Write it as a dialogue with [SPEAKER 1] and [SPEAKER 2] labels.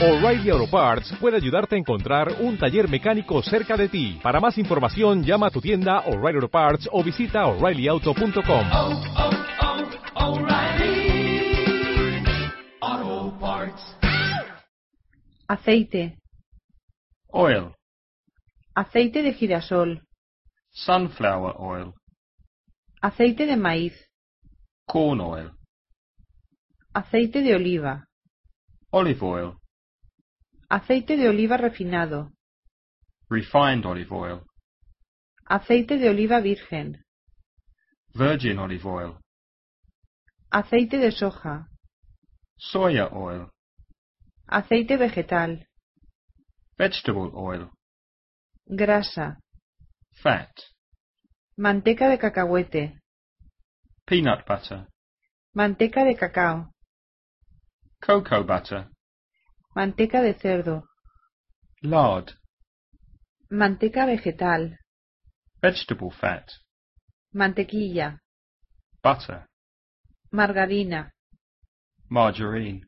[SPEAKER 1] O'Reilly Auto Parts puede ayudarte a encontrar un taller mecánico cerca de ti. Para más información, llama a tu tienda O'Reilly Auto Parts o visita oreillyauto.com.
[SPEAKER 2] oh, oh, oh, O'Reilly. Auto parts.
[SPEAKER 3] Aceite.
[SPEAKER 4] Oil.
[SPEAKER 3] Aceite de girasol.
[SPEAKER 4] Sunflower oil.
[SPEAKER 3] Aceite de maíz.
[SPEAKER 4] Corn oil.
[SPEAKER 3] Aceite de oliva.
[SPEAKER 4] Olive oil.
[SPEAKER 3] Aceite de oliva refinado.
[SPEAKER 4] Refined olive oil.
[SPEAKER 3] Aceite de oliva virgen.
[SPEAKER 4] Virgin olive oil.
[SPEAKER 3] Aceite de soja.
[SPEAKER 4] Soya oil.
[SPEAKER 3] Aceite vegetal.
[SPEAKER 4] Vegetable oil.
[SPEAKER 3] Grasa.
[SPEAKER 4] Fat.
[SPEAKER 3] Manteca de cacahuete.
[SPEAKER 4] Peanut butter.
[SPEAKER 3] Manteca de cacao.
[SPEAKER 4] Cocoa butter.
[SPEAKER 3] Manteca de cerdo.
[SPEAKER 4] Lard.
[SPEAKER 3] Manteca vegetal.
[SPEAKER 4] Vegetable fat.
[SPEAKER 3] Mantequilla.
[SPEAKER 4] Butter.
[SPEAKER 3] Margarina.
[SPEAKER 4] Margarine.